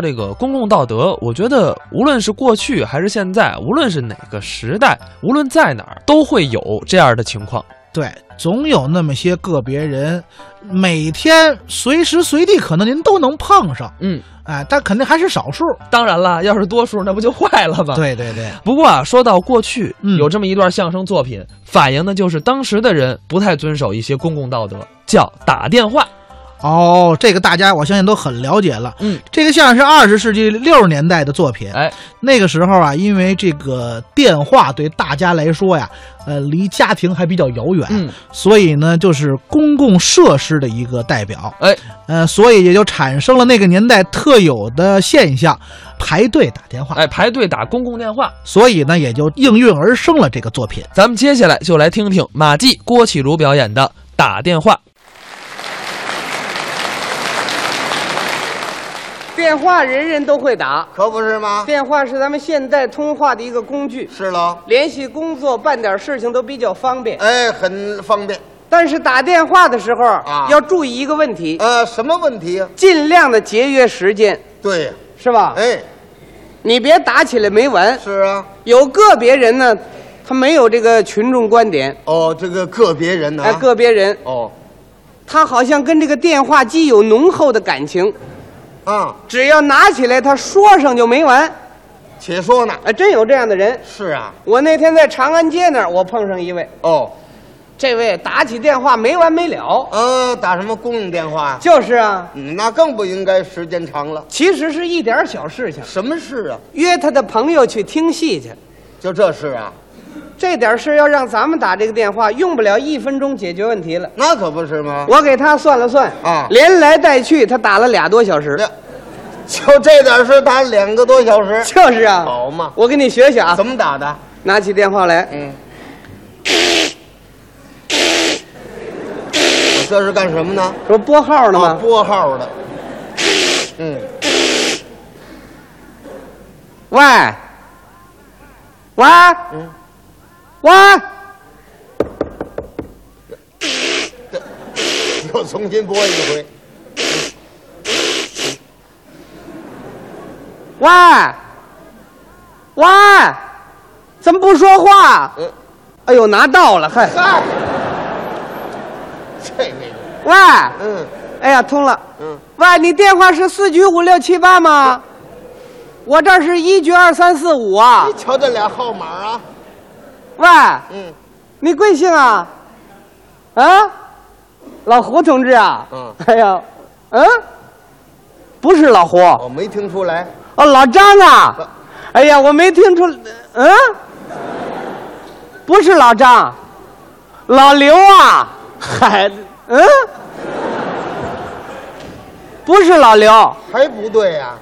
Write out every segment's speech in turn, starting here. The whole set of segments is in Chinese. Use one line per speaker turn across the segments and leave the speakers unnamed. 这个公共道德，我觉得无论是过去还是现在，无论是哪个时代，无论在哪儿，都会有这样的情况。
对，总有那么些个别人，每天随时随地可能您都能碰上，
嗯，
哎，但肯定还是少数。
当然了，要是多数，那不就坏了吗？。
对对对，
不过啊，说到过去，
嗯
有这么一段相声作品，反映的就是当时的人不太遵守一些公共道德，叫打电话。
哦，这个大家我相信都很了解了。
嗯，
这个像是二十世纪六十年代的作品，
哎，
那个时候啊，因为这个电话对大家来说呀，呃，离家庭还比较遥远，
嗯，
所以呢，就是公共设施的一个代表，
哎，
呃，所以也就产生了那个年代特有的现象——排队打电话，
哎，排队打公共电话。
所以呢，也就应运而生了这个作品。
咱们接下来就来听听马季、郭启儒表演的《打电话》。
电话人人都会打，
可不是吗？
电话是咱们现代通话的一个工具，
是喽，
联系工作、办点事情都比较方便。
哎，很方便。
但是打电话的时候
啊
要注意一个问题，
呃，什么问题呀、
尽量的节约时间，
对呀，
是吧？
哎，
你别打起来没完。
是啊。
有个别人呢，他没有这个群众观点，
哦，这个个别人呢、
哎，个别人
哦，
他好像跟这个电话机有浓厚的感情，
啊，
只要拿起来他说上就没完。
且说呢。
哎，真有这样的人。
是啊。
我那天在长安街那儿，我碰上一位，
哦，
这位打起电话没完没了。
呃，打什么公用电话呀、
就是啊，
嗯，那更不应该，时间长了。
其实是一点儿小事情，
什么事啊？
约他的朋友去听戏去，
就这事啊？
这点事要让咱们打这个电话，用不了一分钟解决问题了。
那可不是吗？
我给他算了算
啊
连来带去他打了俩多小时。
这，就这点事打两个多小时，
就是啊，
好嘛
我给你学学啊，
哦怎么打的？
拿起电话来，
嗯。我这是干什么呢？
说拨号呢
啊，
吗？
拨号的。嗯，
喂，喂，
嗯
喂，
又重新拨一回。
喂，喂，怎么不说话？
嗯，
哎呦，拿到了，嗨，
嗨，这那个，
喂，
嗯
哎呀，通了。
嗯，
喂，你电话是四局五六七八吗？我这儿是一局二三四五啊
你。瞧这俩号码啊，
喂，
嗯
你贵姓啊？啊，老胡同志啊。
嗯
哎呀，嗯，不是老胡，
我没听出来，
哦，老张啊
老。
哎呀，我没听出，嗯，不是老张，老刘啊。 嗨，嗯，不是老刘。
还不对啊呀、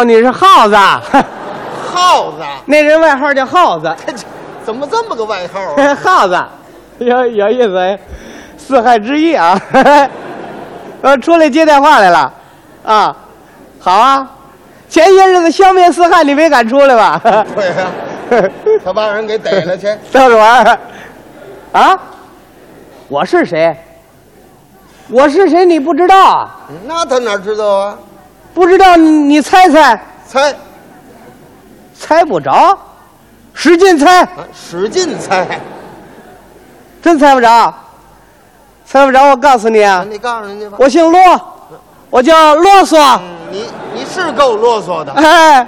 哦，你是耗子啊，
耗子，
那人外号叫耗子，
这这怎么这么个外号 啊？
耗子，有有意思哎，四害之一啊。 呃，出来接电话来了，啊，好啊，前些日子消灭四害，你没敢出来吧？
对呀、他把人给逮了去，
逗着玩儿， 啊，我是谁？我是谁？你不知道啊？
那他哪知道啊？
不知道你你猜猜，
猜
猜不着，使劲猜。
啊，使劲猜，
真猜不着，猜不着。我告诉你啊，
你告诉人家吧。
我姓骆，我叫啰嗦。
嗯，你你是够啰嗦的，
哎，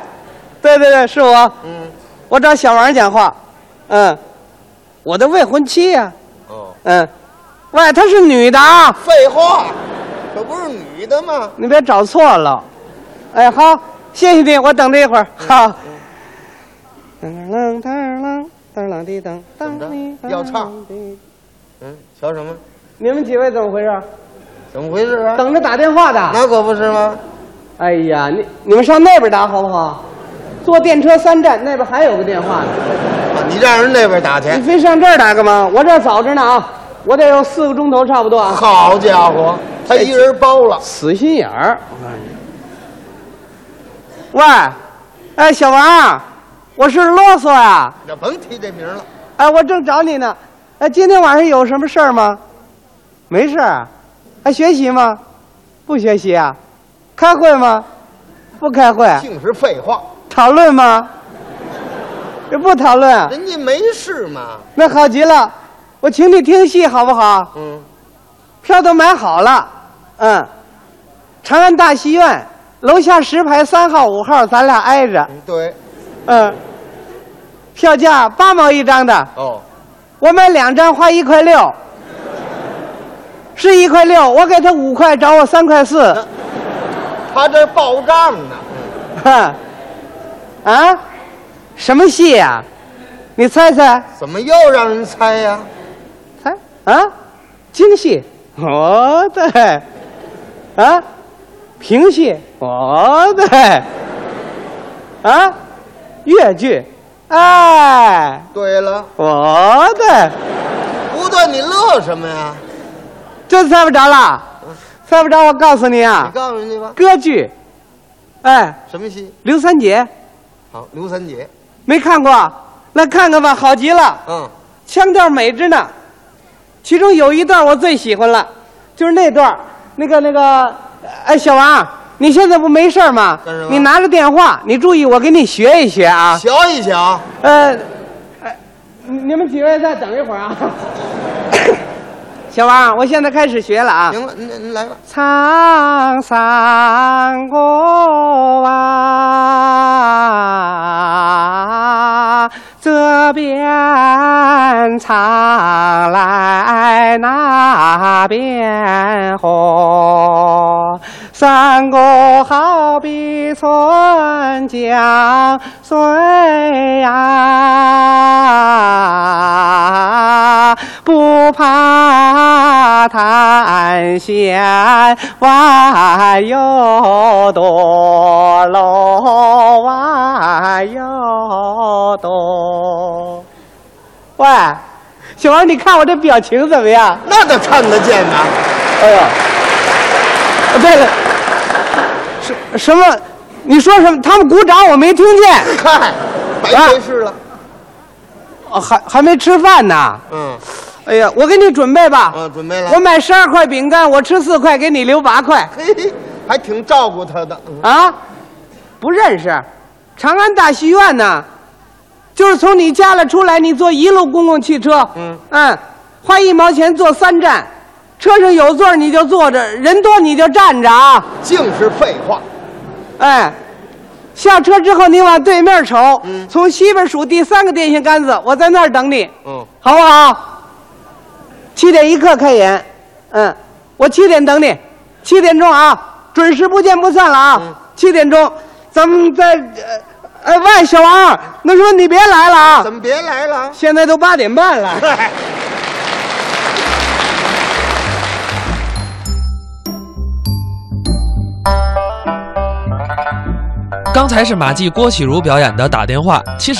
对对对，是我。
嗯，
我找小王讲话。嗯，我的未婚妻呀、
哦，
嗯，喂，她是女的啊，
废话，可不是女的吗？
你别找错了。哎，好，谢谢你，我等这一会儿。好。嗯噔噔噔噔噔噔滴噔噔滴噔
要唱？嗯，瞧什么？
你们几位怎么回事？
怎么回事啊？
等着打电话的。
那可不是吗？
哎呀，你你们上那边打好不好？坐电车三站，那边还有个电话呢。
你让人那边打去
你，非上这儿打干嘛？我这儿早着呢啊，我得有四个钟头差不多啊。
好家伙，他一人包了。
死心眼儿，我告诉你。喂，哎，小王，我是啰嗦啊呀、
那甭提这名了，
哎，我正找你呢。哎，今天晚上有什么事儿吗？没事儿啊。哎，学习吗？不学习啊。开会吗？不开会，
净是废话。
讨论吗？这不讨论，
人家没事嘛。
那好极了，我请你听戏好不好？
嗯，
票都买好了，嗯，长安大戏院楼下十排三号五号，咱俩挨着，
对。
嗯，票价八毛一张的，
哦，
我买两张花一块六，是一块六，我给他五块，找我三块四，
他这报账呢。
哼， 啊，什么戏呀、你猜猜？
怎么又让人猜呀、
猜啊，京戏，哦对，啊，评戏，哦对，啊，越剧，哎，
对了，
哦对，
不对，你乐什么呀？
这猜不着了，猜不着我告诉你
你
啊，
告诉人家吧，
歌剧，哎，
什么戏？
刘三姐
好，刘三姐。
没看过，来看看吧，好极了。
嗯，
腔调美着呢。其中有一段我最喜欢了，就是那段儿那个那个，哎，小王，你现在不没事儿吗
干什么？
你拿着电话，你注意，我给你学一学啊。
瞧一瞧，
呃，哎你你们几位再等一会儿啊。 小王，我现在开始学了啊。
行了，您您来吧。
沧桑过往，这边唱来那边和，山歌好比春江水呀、啊不怕滩险弯又多，路弯又多。喂，小王，你看我这表情怎么样？
那倒看得见呐。
哎呀，
啊
对了，什什么？你说什么？他们鼓掌，我没听见。
嗨，白没事了。
哦，还还没吃饭呢。
嗯，
哎呀，我给你准备吧。
嗯，准备了。
啊我买十二块饼干，我吃四块，给你留八块
嘿嘿，还挺照顾他的。嗯
啊！不认识，长安大戏院呢，就是从你家里出来，你坐一路公共汽车，
嗯
花一毛钱坐三站，车上有座儿你就坐着，人多你就站着啊，
净是废话。
哎。下车之后，你往对面瞅，
嗯
从西边数第三个电线杆子，我在那儿等你。
嗯，
好不好？七点一刻开演，嗯，我七点等你，七点钟啊，准时不见不散了啊！
嗯
七点钟，咱们在，呃，哎喂，小王，那说你别来了啊
怎！么别来了？
现在都八点半了。
嗨，
刚才是马季、郭启儒表演的《打电话》。其实